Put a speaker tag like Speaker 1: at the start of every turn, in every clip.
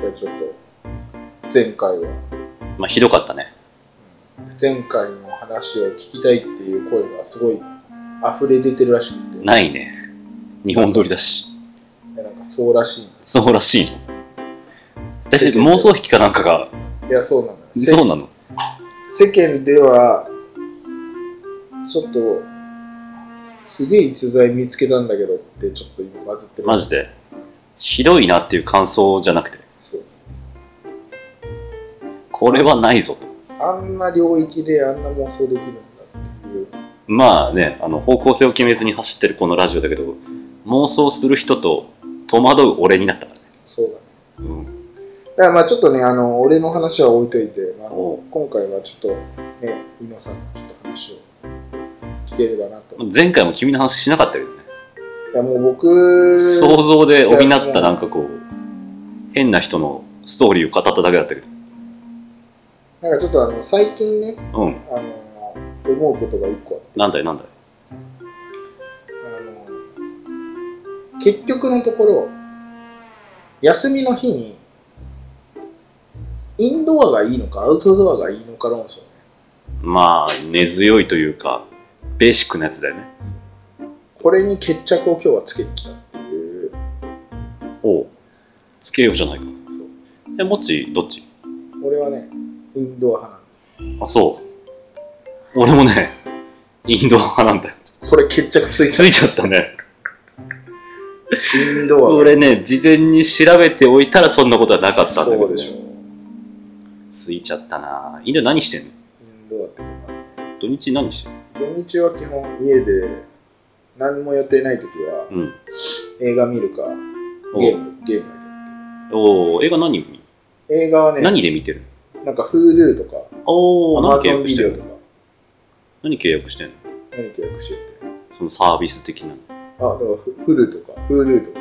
Speaker 1: でちょっと前回は
Speaker 2: まあ、ひどかったね。
Speaker 1: 前回の話を聞きたいっていう声がすごい溢れ出てるらしくて
Speaker 2: ないね。日本撮りだし。
Speaker 1: いやなんかそうらしい
Speaker 2: そうらしいの。私、
Speaker 1: 世間では
Speaker 2: 妄想癖かなんかが、
Speaker 1: いやそうなのよせ
Speaker 2: そうなの。
Speaker 1: 世間ではちょっとすげえ逸材見つけたんだけどってちょっと今バズってる
Speaker 2: マジで。ひどいなっていう感想じゃなくて、
Speaker 1: そう
Speaker 2: これはないぞと。
Speaker 1: あんな領域であんな妄想できるんだっていう
Speaker 2: まあね、あの方向性を決めずに走ってるこのラジオだけど、妄想する人と戸惑う俺になったからね。
Speaker 1: そうだね
Speaker 2: うん。
Speaker 1: だからまあちょっとねあの俺の話は置いといて、まあ、
Speaker 2: おう
Speaker 1: 今回はちょっとね伊野さんのちょっと話を聞ければなとい
Speaker 2: 前回も君の話しなかったけどね。
Speaker 1: やもう僕
Speaker 2: 想像で補ったなんかこう、変な人のストーリーを語っただけだったけど。
Speaker 1: なんかちょっとあの最近ね
Speaker 2: うん。
Speaker 1: あの思うことが一個あって
Speaker 2: なんだいなんだい。
Speaker 1: あの結局のところ休みの日にインドアがいいのかアウトドアがいいのか論争
Speaker 2: まあ、根強いというか、ベーシックなやつだよね。
Speaker 1: これに決着を今日はつけてきたっていう
Speaker 2: おうつけようじゃないか。
Speaker 1: そう
Speaker 2: え、もっち、どっち
Speaker 1: 俺はねインドア派な
Speaker 2: あ、そう。俺もね、インドア派なんだよ。
Speaker 1: のこれ決着つい
Speaker 2: つ
Speaker 1: た
Speaker 2: いちゃったね。
Speaker 1: インドアが
Speaker 2: 俺ね、事前に調べておいたらそんなことはなかったんだけど、
Speaker 1: そうでしょうイ
Speaker 2: ついちゃったなインド何してんの
Speaker 1: ンドアっていう
Speaker 2: 土日何してんの
Speaker 1: のは土日は基本家で何も予定ない時は
Speaker 2: うん。
Speaker 1: 映画見るかゲームゲームだ
Speaker 2: おおー映画何見
Speaker 1: けど映画はね
Speaker 2: 何で見てる
Speaker 1: なんか Hulu とか
Speaker 2: おお何契
Speaker 1: Amazon
Speaker 2: 約
Speaker 1: ビ
Speaker 2: して
Speaker 1: デオ
Speaker 2: んの
Speaker 1: とか
Speaker 2: 何契約してんの
Speaker 1: 何契約してて
Speaker 2: そのサービス的な。
Speaker 1: あ、だからフフルとか、フールとか、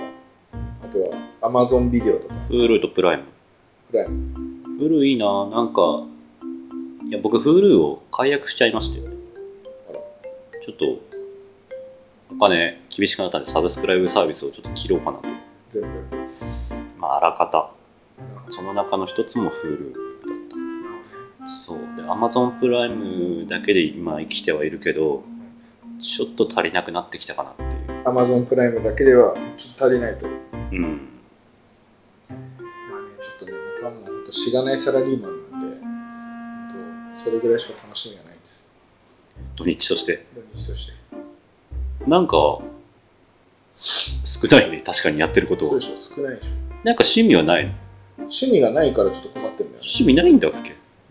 Speaker 1: あとはアマゾンビデオとか、
Speaker 2: Hulu とプライム。
Speaker 1: プライム。
Speaker 2: Hulu いいななんか、いや、僕 Hulu を解約しちゃいまして。
Speaker 1: あら
Speaker 2: ちょっと、お金厳しくなったんでサブスクライブサービスをちょっと切ろうかなと。
Speaker 1: 全部。
Speaker 2: まあ、あらかた。その中の一つも Hulu だった。そうで Amazon プライムだけで今生きてはいるけどちょっと足りなくなってきたかなってい
Speaker 1: アマゾンプライムだけではちょっと足りないと。ま
Speaker 2: ううん
Speaker 1: あね、ちょっとね、僕はもうほんとしがないサラリーマンなんで、ほんとそれぐらいしか楽しみがないです。
Speaker 2: 土日として
Speaker 1: 土日として。
Speaker 2: なんか少ないね確かにやってること
Speaker 1: そうでしょ、少ないでしょ。
Speaker 2: なんか趣味はないの
Speaker 1: 趣味がないからちょっと困ってるんだよね。
Speaker 2: 趣味ないんだっけ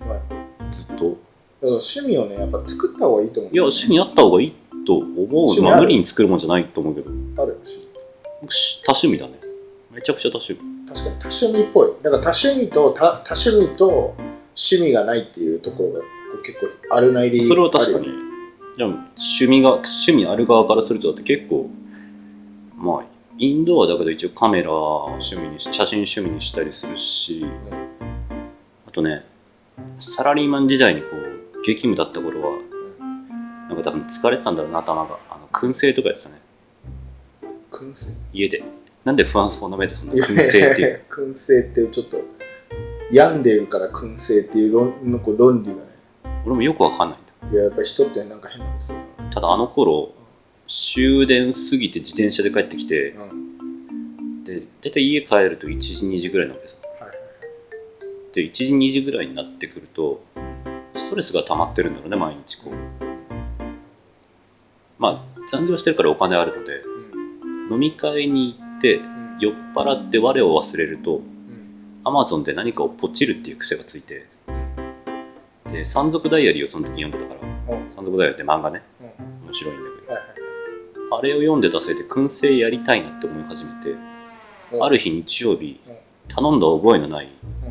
Speaker 1: はい、だか
Speaker 2: ずっとい
Speaker 1: ら趣味をね、やっぱ作った方がいいと思う。
Speaker 2: や趣味あった方がいいと思
Speaker 1: 趣味
Speaker 2: うま
Speaker 1: あ
Speaker 2: あ
Speaker 1: る
Speaker 2: 無理に作るもんじゃないと思うけど
Speaker 1: あるし。
Speaker 2: 僕し多趣味だねめちゃくちゃ多趣味
Speaker 1: 確かに多趣味っぽいだから多趣味と多多趣味と趣味がないっていうところがこう結構あるなり
Speaker 2: それは確か
Speaker 1: ある
Speaker 2: に
Speaker 1: よね
Speaker 2: でも趣味が趣味ある側からするとだって結構まあインドアだけど一応カメラ趣味にし写真趣味にしたりするし、あとねサラリーマン時代にこう激務だった頃は、なんか多分疲れてたんだろうな頭があの燻製とかやってたね
Speaker 1: 燻製
Speaker 2: 家でなんで不安そうな目でそんな燻製っていう
Speaker 1: 燻製ってちょっと病んでるから燻製っていう論のこう論理がね
Speaker 2: 俺もよくわかんないんだ
Speaker 1: いややっぱり人ってなんか変なことす
Speaker 2: ただあの頃終電過ぎて自転車で帰ってきて
Speaker 1: るな、うん
Speaker 2: で大体家帰ると1時2時ぐらいなわけさ
Speaker 1: はい
Speaker 2: で1時2時ぐらいになってくるとストレスが溜まってるんだろうね毎日こうまあ残業してるからお金あるので
Speaker 1: うん
Speaker 2: 飲み会に行って
Speaker 1: うん
Speaker 2: 酔っ払って我を忘れると
Speaker 1: うん
Speaker 2: アマゾンで何かをポチるっていう癖がついてで「山賊ダイアリー」をその時読んでたから
Speaker 1: うん
Speaker 2: 「山賊ダイアリー」って漫画ね
Speaker 1: うん
Speaker 2: 面白いんだけ
Speaker 1: はい
Speaker 2: どあれを読んでたせいで燻製やりたいなって思い始めて
Speaker 1: はい
Speaker 2: ある日日曜日
Speaker 1: うん
Speaker 2: 頼んだ覚えのない
Speaker 1: う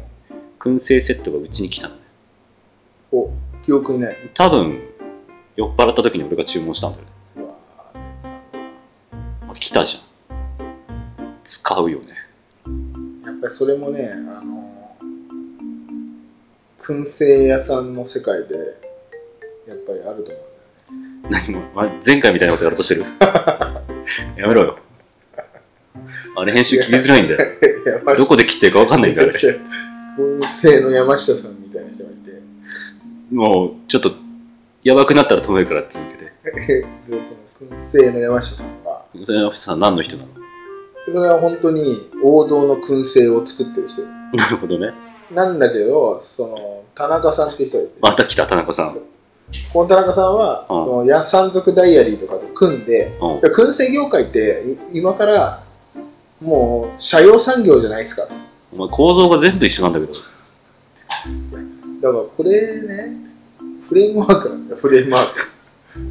Speaker 1: ん
Speaker 2: 燻製セットがうちに来たのね
Speaker 1: お記憶にない
Speaker 2: 多分酔っ払った時に俺が注文したんだよね、
Speaker 1: うわー
Speaker 2: まあ、来たじゃん使うよね
Speaker 1: やっぱりそれもね、あの燻製屋さんの世界でやっぱりあると思
Speaker 2: 何も、まあ前回みたいなことやろうとしてるやめろよ
Speaker 1: うん
Speaker 2: あれ編集切りづらいんだよ。
Speaker 1: 山下
Speaker 2: どこで切ってるか分かんないんだよ、あれ。
Speaker 1: 高生の山下さんみたいな人がいて、
Speaker 2: もう、ちょっと、やばくなったら止めるから続けて。
Speaker 1: でその燻製の山下さんが、
Speaker 2: それはさ、何の人なの
Speaker 1: それは本当に王道の燻製を作ってる人
Speaker 2: なるほどね。
Speaker 1: なんだけど、その田中さんって人がいて、
Speaker 2: また来た、田中さん。
Speaker 1: そうこの田中さんは、
Speaker 2: うん
Speaker 1: この野山族ダイアリーとかと組んで、
Speaker 2: うん。
Speaker 1: いや燻製業界ってい今からもう社用産業じゃないですかと
Speaker 2: お前構造が全部一緒なんだけど。
Speaker 1: だからこれねフレームワークなんだよフレームワーク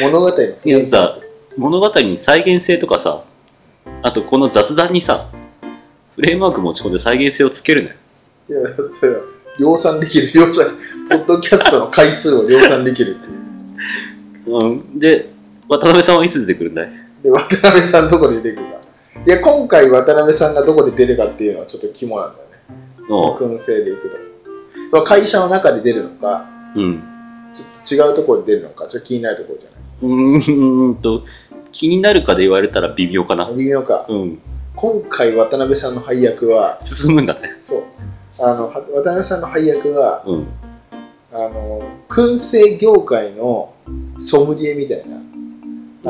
Speaker 1: 物語のフレー
Speaker 2: いや
Speaker 1: ムワー
Speaker 2: さ、物語に再現性とかさ、あとこの雑談にさ、フレームワーク持ち込んで再現性をつけるね。
Speaker 1: クいやそれは量産できる量産ポッドキャストの回数を量産できるっていう
Speaker 2: うん。で、渡辺さんはいつ出てくるんだい
Speaker 1: で渡辺さんどこで出てくるかいや今回渡辺さんがどこで出るかっていうのはちょっと肝なんだよね
Speaker 2: おう
Speaker 1: 燻製でいくとその会社の中で出るのか
Speaker 2: うん。
Speaker 1: ちょっと違うところで出るのかちょっと気になるところじゃな
Speaker 2: うーんと、気になるかで言われたら微妙かな。
Speaker 1: い微妙か
Speaker 2: うん。
Speaker 1: 今回渡辺さんの配役は
Speaker 2: 進むんだね。
Speaker 1: そうあのは渡辺さんの配役は
Speaker 2: うん。
Speaker 1: あの燻製業界のソムリエみたいな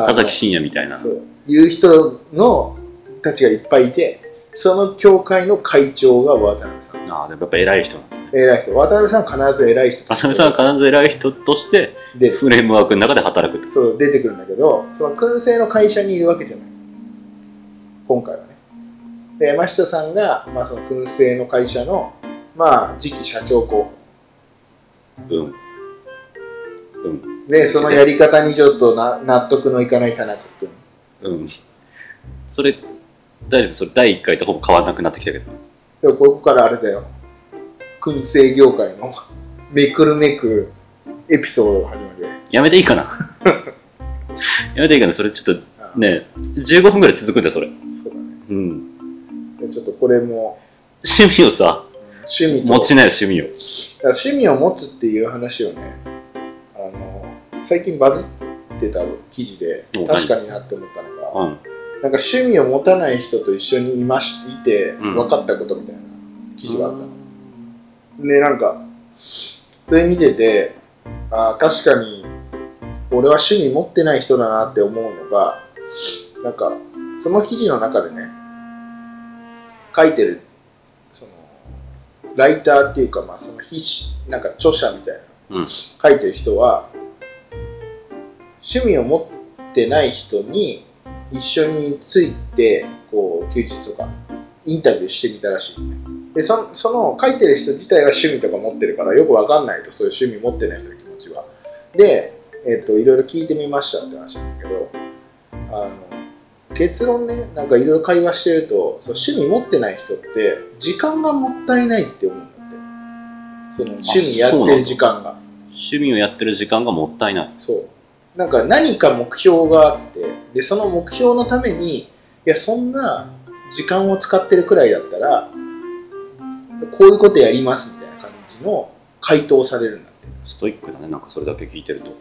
Speaker 1: あ
Speaker 2: 田
Speaker 1: の
Speaker 2: 崎真也みたいな。
Speaker 1: そういう人のたちがいっぱいいてその協会の会長が渡辺さん
Speaker 2: ああ、でもやっぱ偉い人なんだ。
Speaker 1: 偉い人渡辺さんは必ず偉い人
Speaker 2: 渡辺さんは必ず偉い人として、
Speaker 1: 必ず出る
Speaker 2: フレームワークの中で働くって。
Speaker 1: そう出てくるんだけどその燻製の会社にいるわけじゃない今回はねで山下さんが、まあ、その燻製の会社の、まあ、次期社長候補
Speaker 2: うん。
Speaker 1: でそのやり方にちょっとな 納得のいかない田中君
Speaker 2: うん。それ、大丈夫それ第1回とほぼ変わらなくなってきたけど。
Speaker 1: でもここからあれだよ燻製業界のめくるめくエピソードが始まるよ
Speaker 2: やめていいかな やめていいかなそれちょっ
Speaker 1: あ
Speaker 2: とね、15分ぐらい続くんだよ、それ。
Speaker 1: そうだね
Speaker 2: うん。
Speaker 1: でちょっとこれも
Speaker 2: 趣味をさ、
Speaker 1: 趣味と
Speaker 2: 持ちなよ、趣味を。
Speaker 1: だから趣味を持つっていう話をねあの最近バズってた記事で
Speaker 2: お何
Speaker 1: 確かになって思ったのが
Speaker 2: うん。
Speaker 1: なんか趣味を持たない人と一緒にいましいて
Speaker 2: うん
Speaker 1: 分かったことみたいな記事があったの、でなんかそれ見ててあー確かに俺は趣味持ってない人だなって思うのがなんかその記事の中でね書いてるそのライターっていうかまあその筆詞なんか著者みたいな、
Speaker 2: うん
Speaker 1: 書いてる人は趣味を持ってない人に一緒についてこう休日とかインタビューしてみたらしいのねでそその書いてる人自体が趣味とか持ってるからよくわかんないとそういう趣味持ってない人の気持ちはで、えっといろいろ聞いてみましたって話なんだけどあの結論ねなんかいろいろ会話してるとそう趣味持ってない人って時間がもったいないって思うんだってその趣味やってる時間が
Speaker 2: 趣味をやってる時間がもったいない。
Speaker 1: そうなんか何か目標があってでその目標のためにいやそんな時間を使ってるくらいだったらこういうことやりますみたいな感じの回答をされるんだって
Speaker 2: ストイックだね、なんかそれだけ聞いてると。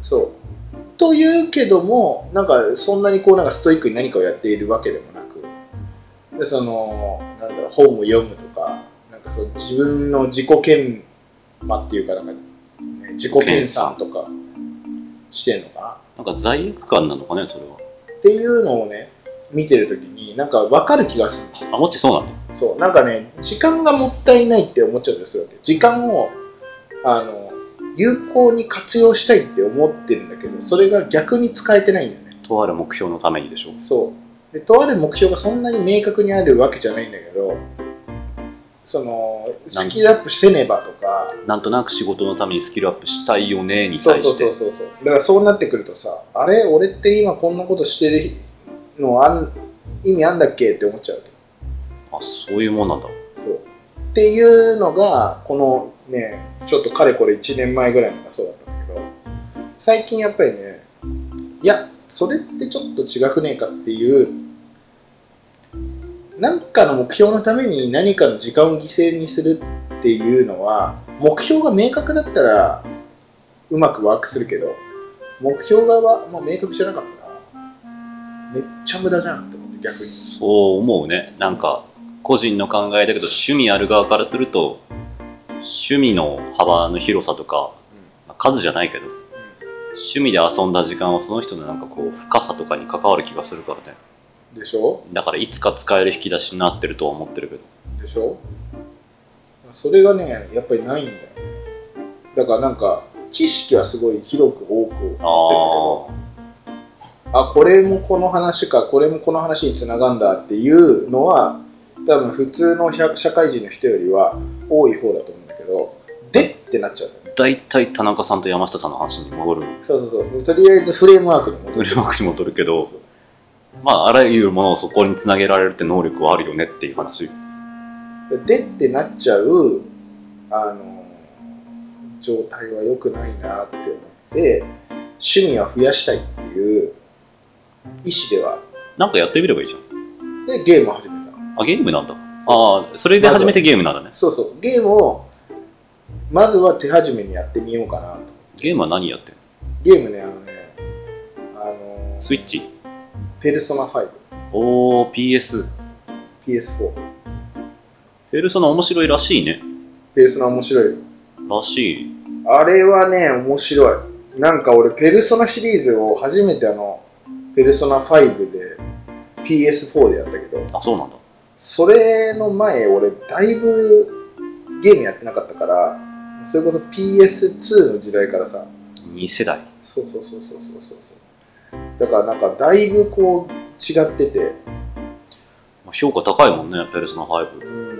Speaker 1: そうというけどもなんかそんなにこうなんかストイックに何かをやっているわけでもなくでそのなんだろう本を読むとかなんかそう自分の自己研磨っていうかなんか、ね、自己研鑽とかしてんのかな
Speaker 2: なんか罪悪感なのかね、それは。
Speaker 1: っていうのをね見てる時になんか分かる気がする
Speaker 2: あ、もっちそうなんだ。
Speaker 1: そうなんかね時間がもったいないって思っちゃうんですよ時間をあの有効に活用したいって思ってるんだけどそれが逆に使えてないんだよね
Speaker 2: とある目標のためにでしょ。
Speaker 1: そうでとある目標がそんなに明確にあるわけじゃないんだけどそのスキルアップしてねばとか
Speaker 2: なんとなく仕事のためにスキルアップしたいよね、に
Speaker 1: そう
Speaker 2: 対
Speaker 1: そう
Speaker 2: し
Speaker 1: そう
Speaker 2: て。
Speaker 1: そうそうだからそうなってくるとさあれ俺って今こんなことしてるのあん意味あんだっけって思っちゃうわけ
Speaker 2: あ、そういうもんなんだ。
Speaker 1: そう。っていうのが、このね、ちょっとかれこれ1年前ぐらいのがそうだったんだけど、最近やっぱりね、いや、それってちょっと違くねえかっていう、何かの目標のために何かの時間を犠牲にするっていうのは、目標が明確だったらうまくワークするけど、目標が、まあ、明確じゃなかったら、めっちゃ無駄じゃんって思ってきて。逆に
Speaker 2: そう思うねなんか個人の考えだけど趣味ある側からすると趣味の幅の広さとか、まあ数じゃないけど趣味で遊んだ時間はその人のなんかこう深さとかに関わる気がするからね
Speaker 1: うんでしょ
Speaker 2: だからいつか使える引き出しになってるとは思ってるけど
Speaker 1: でしょそれがねやっぱりないんだよだからなんか知識はすごい広く多く持ってるけど
Speaker 2: あ
Speaker 1: あこれもこの話かこれもこの話につながんだっていうのは多分普通の社社会人の人よりは多い方だと思うんだけどでってなっちゃうんだよね
Speaker 2: あ大体田中さんと山下さんの話に戻る
Speaker 1: そうそうそうとりあえずフレームワークに戻
Speaker 2: 売
Speaker 1: る
Speaker 2: れ枠に 戻るけど
Speaker 1: そうそう
Speaker 2: まああらゆるものをそこにつなげられるって能力はあるよねっていう話
Speaker 1: でってなっちゃうあの状態は良くないなって思って趣味は増やしたいっていう意思では
Speaker 2: なんかやってみればいいじゃん
Speaker 1: でゲームを始めた
Speaker 2: あゲームなんだ
Speaker 1: そう
Speaker 2: ああそれで初めてゲームなんだね
Speaker 1: そうそうゲームをまずは手始めにやってみようかなと
Speaker 2: ゲームは何やってる
Speaker 1: ゲームねあのねあの
Speaker 2: スイッチ
Speaker 1: ペルソナ5
Speaker 2: おー PS
Speaker 1: PS4
Speaker 2: ペルソナ面白いらしいね
Speaker 1: ペルソナ面白いよ
Speaker 2: らしい
Speaker 1: あれはね面白いなんか俺ペルソナシリーズを初めてあのペルソナ5で PS4 でやったけど
Speaker 2: あそうなんだ
Speaker 1: それの前俺だいぶゲームやってなかったからそれこそ PS2 の時代からさ
Speaker 2: 2世代
Speaker 1: そうそうそうそうそうそうそうだからなんかだいぶこう違ってて、
Speaker 2: まあ評価高いもんねペルソナ5
Speaker 1: う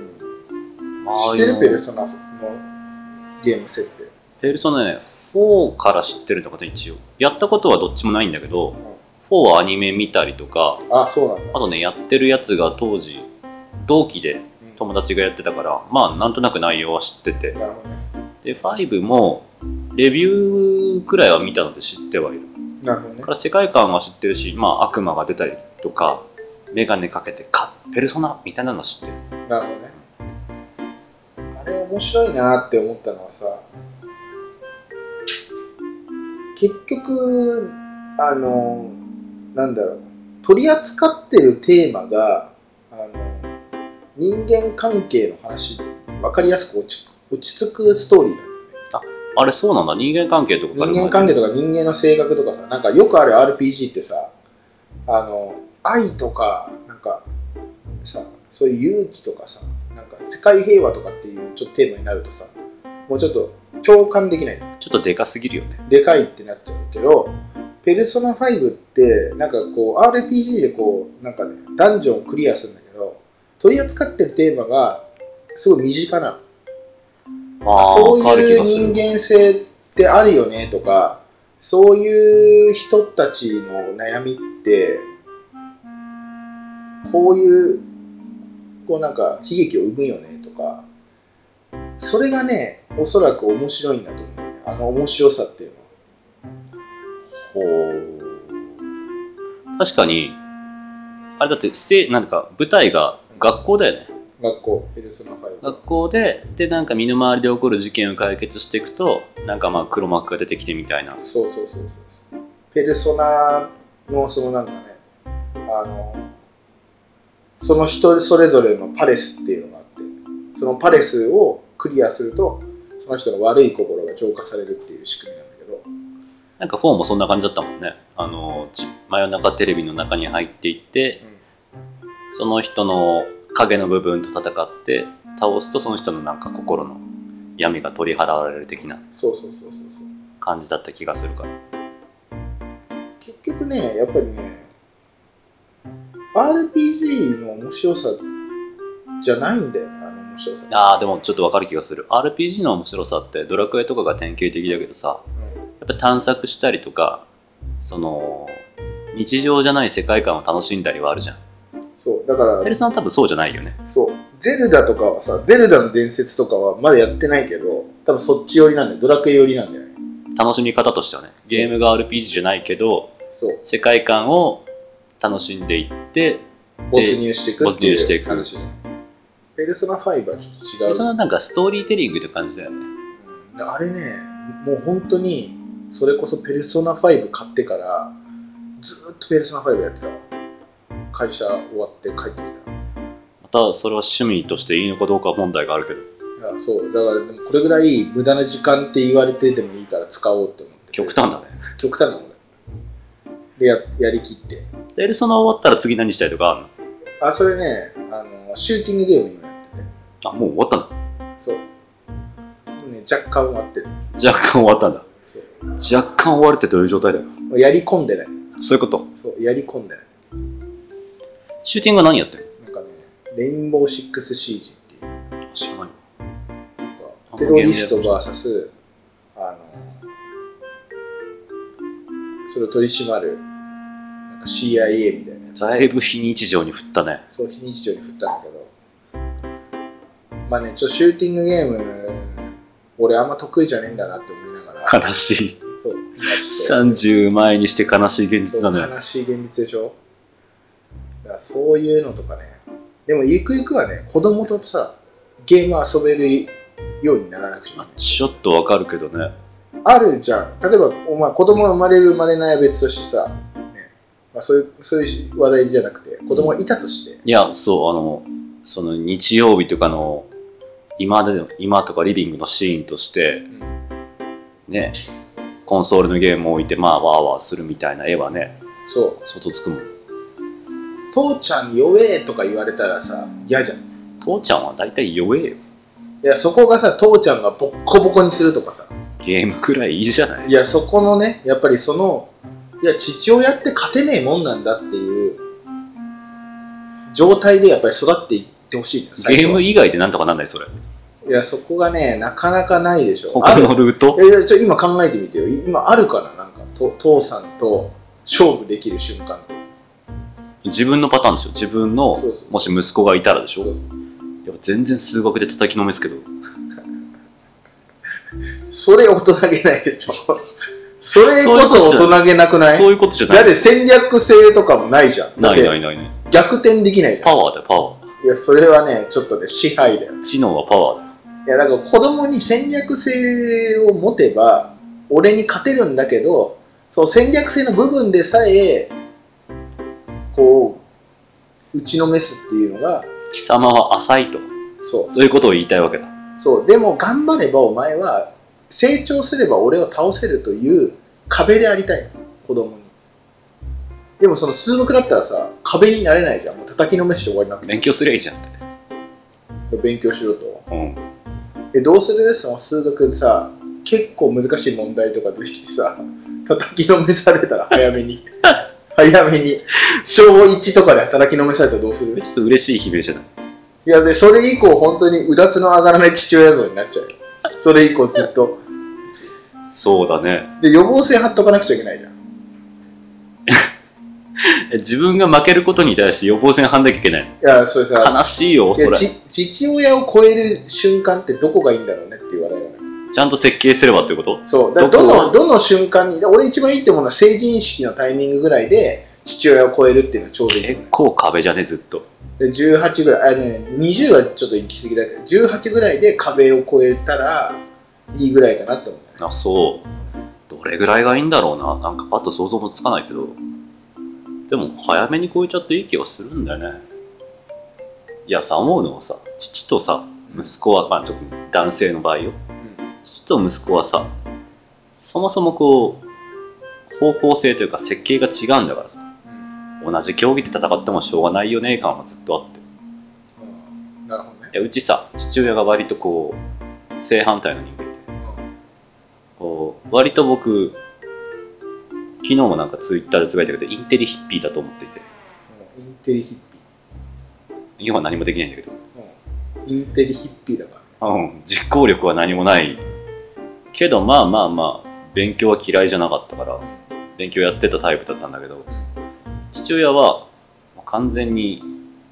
Speaker 1: ん、
Speaker 2: まあ
Speaker 1: 知ってるペル
Speaker 2: ソ
Speaker 1: ソナのゲーム設定
Speaker 2: ペルソナね4から知ってるのかな一応やったことはどっちもないんだけど4はアニメ見たりとか
Speaker 1: あそうなんだ
Speaker 2: あとねやってるやつが当時同期で友達がやってたからまあなんとなく内容は知ってて
Speaker 1: なるほどね
Speaker 2: で5もレビューくらいは見たので知ってはいる
Speaker 1: なるほどね
Speaker 2: だから世界観は知ってるし、まあ、悪魔が出たりとか眼鏡かけて「かペルソナ」みたいなの知ってる
Speaker 1: なるほどねあれ面白いなって思ったのはさ結局あのなんだろう取り扱ってるテーマがあの人間関係の話分かりやすく落ち落ち着くストーリーだ
Speaker 2: あれそうなんだ人間関係とか
Speaker 1: 人間関係とか人間の性格とかさなんかよくある RPG ってさあの愛とかなんかさそういう勇気とかさなんか世界平和とかっていうちょっとテーマになるとさもうちょっと共感できない
Speaker 2: ちょっとでかすぎるよね
Speaker 1: でかいってなっちゃうけどペルソナ5ってなんかこう RPG でこうなんかねダンジョンをクリアするんだけど取り扱ってるテーマがすごい身近なの
Speaker 2: あー
Speaker 1: そう
Speaker 2: わかる気
Speaker 1: い
Speaker 2: がする
Speaker 1: う人間性ってあるよねとかそういう人たちの悩みってこういうこうなんか悲劇を生むよねとかそれがねおそらく面白いんだと思うんだよねあの面白さっていうのは
Speaker 2: ほう確かにあれだってステなんか舞台が学校だよね
Speaker 1: 学校ペルソナ5
Speaker 2: 学校ででなんか身の回りで起こる事件を解決していくとなんかまあ黒幕が出てきてみたいな
Speaker 1: そうそうそうそうそうペルソナのそのなんかねあのその人それぞれのパレスっていうのがあってそのパレスをクリアするとその人の悪い心が浄化されるっていう仕組みなんだけど
Speaker 2: なんか4もそんな感じだったもんねあのち真夜中テレビの中に入っていってその人の影の部分と戦って倒すとその人のなんか心の闇が取り払われる的な
Speaker 1: そうそうそうそうそう
Speaker 2: 感じだった気がするから
Speaker 1: 結局ねやっぱりね RPG の面白さじゃないんだよねあの面白さ
Speaker 2: あーでもちょっとわかる気がする RPG の面白さってドラクエとかが典型的だけどさ
Speaker 1: うん
Speaker 2: やっぱ探索したりとかその日常じゃない世界観を楽しんだりはあるじゃん
Speaker 1: そうだから
Speaker 2: ペルさん多分そうじゃないよね
Speaker 1: そう、ゼルダとかはさ、ゼルダの伝説とかはまだやってないけど、多分そっち寄りなんだよ、ドラクエ寄りなんだよね。
Speaker 2: 楽しみ方としてはねゲームが RPG じゃないけど
Speaker 1: そう、
Speaker 2: 世界観を楽しんでいって
Speaker 1: 没入していくって
Speaker 2: 没入して
Speaker 1: い
Speaker 2: いうく
Speaker 1: 話だね。ペルソナ5はちょっと違
Speaker 2: で
Speaker 1: う。
Speaker 2: そのなんかストーリーテリングって感じだよね
Speaker 1: うんあれね、もう本当に、それこそペルソナ5買ってから、ずーっとペルソナ5やってたわ。会社終わって帰ってきた
Speaker 2: またそれは趣味としていいのかどうか問題があるけど
Speaker 1: いやそうだからでもこれぐらい無駄な時間って言われてでもいいから使おうって思って
Speaker 2: 極端だね
Speaker 1: 極端な俺でややりきって
Speaker 2: でエルソナ終わったら次何したいとかあるの
Speaker 1: あそれねあのシューティングゲーム今やってて
Speaker 2: あもう終わったんだ
Speaker 1: そう、ね、若干終わってる
Speaker 2: 若干終わったんだ
Speaker 1: そう
Speaker 2: 若干終わるってどういう状態だよ
Speaker 1: もうやり込んでない
Speaker 2: そういうこと
Speaker 1: そうやり込んでない
Speaker 2: シューティングは何やってる
Speaker 1: なんかねレインボーシックスシージっていう
Speaker 2: の知らない
Speaker 1: なんかテロリスト VS あのそれを取り締まるなんか CIA みたいなやつ
Speaker 2: だいぶ非日常に振ったね
Speaker 1: そう非日常に振ったんだけどまあねちょっとシューティングゲーム俺あんま得意じゃねえんだなって思いな がら
Speaker 2: 悲しい
Speaker 1: そう今ちょっと
Speaker 2: 30前にして悲しい現実
Speaker 1: そ
Speaker 2: だ
Speaker 1: う
Speaker 2: ね
Speaker 1: 悲しい現実でしょだからそういうのとかねでもゆくゆくはね子供とさゲーム遊べるようにならなくちゃい
Speaker 2: あ
Speaker 1: けない
Speaker 2: ちょっとわかるけどね
Speaker 1: あるじゃん例えばお前子供が生まれる生まれないは別としてさ、ねまあ、そういうそういう話題じゃなくて子供がいたとして、
Speaker 2: いやそうあのその日曜日とかの今での今とかリビングのシーンとしてねコンソールのゲームを置いてまあワーワーするみたいな絵はね
Speaker 1: そう
Speaker 2: 外つくもん
Speaker 1: 父ちゃん弱えとか言われたらさ嫌じゃんい
Speaker 2: 父ちゃんは大体弱えよ
Speaker 1: やそこがさ父ちゃんがボッコボコにするとかさ
Speaker 2: ゲームくらいいいじゃない
Speaker 1: いやそこのねやっぱりそのいや父親って勝てねえもんなんだっていう状態でやっぱり育っていってほしいのよ最
Speaker 2: ゲー
Speaker 1: 初は
Speaker 2: ム以外でなんとかなんないそれ
Speaker 1: いやそこがねなかなかないでしょ
Speaker 2: 他
Speaker 1: あ
Speaker 2: の
Speaker 1: る
Speaker 2: ルート
Speaker 1: いやいやちょ今考えてみてよい今あるかななんかと父さんと勝負できる瞬間って
Speaker 2: 自分のパターンでしょ自分の
Speaker 1: そうそう
Speaker 2: もし息子がいたらでしょ
Speaker 1: そうそうそう
Speaker 2: やっぱ全然数学で叩きのめすけど
Speaker 1: それ大人げないでしょそれこそ大人げなくない
Speaker 2: そういうことじゃな
Speaker 1: だっ
Speaker 2: い
Speaker 1: て戦略性とかもないじゃん。だっ
Speaker 2: ない
Speaker 1: て
Speaker 2: ないないない
Speaker 1: 逆転できないじゃん。
Speaker 2: パワーだよパワ
Speaker 1: いや、それはね、ちょっとね、支配だよ。
Speaker 2: ー知能はパワーだよ
Speaker 1: いや、だから子供に戦略性を持てば、俺に勝てるんだけど、そう戦略性の部分でさえ、こう、打ちのめすっていうのが、
Speaker 2: 貴様は浅いと
Speaker 1: そう。
Speaker 2: そういうことを言いたいわけだ
Speaker 1: そう。でも、頑張ればお前は、成長すれば俺を倒せるという壁でありたい。子供に。でも、その数学だったらさ、壁になれないじゃん。もう叩きのめして終わりなくて
Speaker 2: 勉強すりゃいいじゃんって
Speaker 1: 勉強しろと。
Speaker 2: うん
Speaker 1: で、どうするその数学でさ、結構難しい問題とか出てきてさ、叩きのめされたら早 めに。早めに。小1とかで叩きのめされたらどうする
Speaker 2: ちょっと嬉しい悲鳴じゃない
Speaker 1: いや、で、それ以降本当にうだつの上がらない父親像になっちゃうよ。それ以降ずっと。
Speaker 2: そうだね
Speaker 1: で、予防線張っとかなくちゃいけないじゃん。
Speaker 2: え自分が負けることに対して予防線張んなきゃいけない
Speaker 1: いや、それさ、
Speaker 2: 悲しいよ
Speaker 1: い
Speaker 2: そ
Speaker 1: や
Speaker 2: れ
Speaker 1: ち
Speaker 2: ち
Speaker 1: 父親を超える瞬間ってどこがいいんだろうねって言われるよね。
Speaker 2: ゃんと設計すればってこと
Speaker 1: そう。だから
Speaker 2: どこ
Speaker 1: どの、どの瞬間に、だから俺一番いいってものは成人式のタイミングぐらいで、父親を超えるっていうのはちょうどいいと
Speaker 2: 結
Speaker 1: 思う。
Speaker 2: 構壁じゃねずっと
Speaker 1: で18ぐらい、あね、20はちょっと行き過ぎだけど、18ぐらいで壁を越えたらいいぐらいかなと思う。
Speaker 2: あそうどれぐらいがいいんだろうななんかパッと想像もつかないけどでも早めに超えちゃっていい気がするんだよねいやさ思うのはさ父とさ息子はまあちょっと男性の場合よ、父と息子はさそもそもこう方向性というか設計が違うんだからさ同じ競技で戦ってもしょうがないよね感はずっとあって
Speaker 1: うんなるほどね。
Speaker 2: いやうちさ父親が割とこう正反対の人間でこう割と僕昨日もなんかツイッターでつぶやいたけどインテリヒッピーだと思っていて
Speaker 1: うんインテリヒッピ
Speaker 2: 今は何もできないんだけど、
Speaker 1: ー。うんインテリヒッピーだから。
Speaker 2: うん、実行力は何もないけどまあまあまあ勉強は嫌いじゃなかったから勉強やってたタイプだったんだけど父親は完全に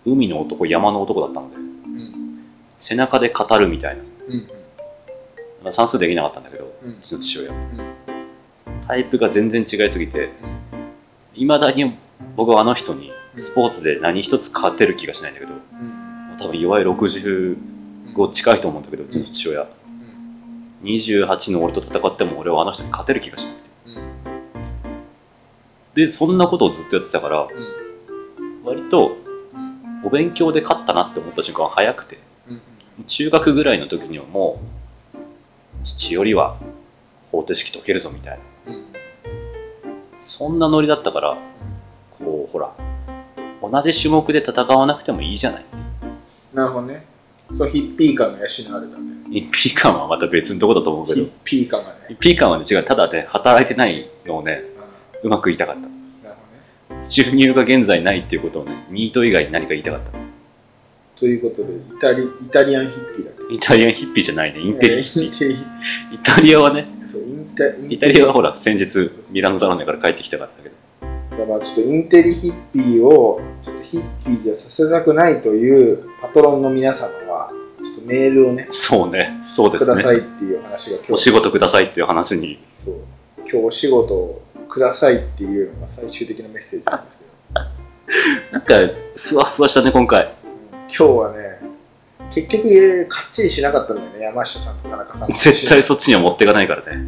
Speaker 2: 海の男山の男だったので
Speaker 1: うん。うん。
Speaker 2: 背中で語るみたいな
Speaker 1: うん。
Speaker 2: まあ算数できなかったんだけどう
Speaker 1: うん。
Speaker 2: ちの父親タイプが全然違いすぎていまだに僕はあの人にスポーツで何一つ勝てる気がしないんだけど
Speaker 1: うん。
Speaker 2: 多分弱い65近いと思うんだけどうちの父親28の俺と戦っても俺はあの人に勝てる気がしなくて
Speaker 1: うん。
Speaker 2: でそんなことをずっとやってたから
Speaker 1: うん。
Speaker 2: 割とお勉強で勝ったなって思った瞬間は早くて
Speaker 1: うん
Speaker 2: 中学ぐらいの時にはもう父よりは方程式解けるぞみたいな
Speaker 1: うん
Speaker 2: そんなノリだったからこうほら同じ種目で戦わなくてもいいじゃない
Speaker 1: なるほどねそうヒッピー感が養われたんだよね
Speaker 2: 一匹感はまた別のとこだと思うけ
Speaker 1: ヒ
Speaker 2: ど
Speaker 1: ッピー感がね
Speaker 2: 一匹感はね違うただね働いてないのをね
Speaker 1: あ
Speaker 2: うまく言いたかった
Speaker 1: ーなるほどね
Speaker 2: 収入が現在ないっていうことをねニート以外に何か言いたかった
Speaker 1: ということでイタリイタリアンヒッピーだっけ
Speaker 2: イタリアンヒッピーじゃないねインテリアンヒッピ
Speaker 1: インテリ
Speaker 2: ーイタリアはね
Speaker 1: そうインテイン
Speaker 2: イタリアはほ
Speaker 1: ら
Speaker 2: ら先日ミラノサロネから帰ってきたからだけど
Speaker 1: まあちょっとインテリヒッピーをちょっとヒッピーじゃさせたくないというパトロンの皆様はちょっとメールをね
Speaker 2: そうねそうで
Speaker 1: く
Speaker 2: す
Speaker 1: ださい
Speaker 2: ね
Speaker 1: っていう話が今日
Speaker 2: お仕事くださいっていう話に
Speaker 1: そう今日お仕事をくださいっていうのが最終的なメッセージなんですけど
Speaker 2: なんかふわふわしたね今回
Speaker 1: 今日はね結局かっちりしなかったんだよね山下さんと田中さん
Speaker 2: 絶対そっちには持ってかないからね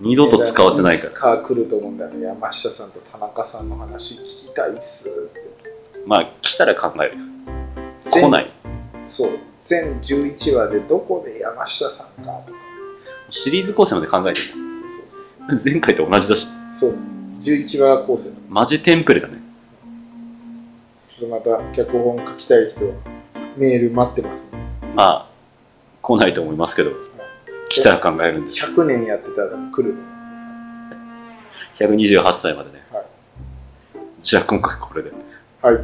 Speaker 2: 二度と使わせないから
Speaker 1: らいつか来ると思うんだよね山下さんと田中さんの話聞きたいっすって
Speaker 2: まあ来たら考えるよ来ない
Speaker 1: そう全11話でどこで山下さんかとか
Speaker 2: シリーズ構成まで考えて
Speaker 1: そうそうそうそう
Speaker 2: る前回と同じだし
Speaker 1: そう11話構成だ
Speaker 2: マジテンプレだね
Speaker 1: ちょっとまた脚本書きたい人はメール待ってます、ね、
Speaker 2: まあ来ないと思いますけど来たら考えるんで
Speaker 1: 100年やってたら来ると思う
Speaker 2: 128歳までね、
Speaker 1: はい
Speaker 2: じゃあ今回これで
Speaker 1: はい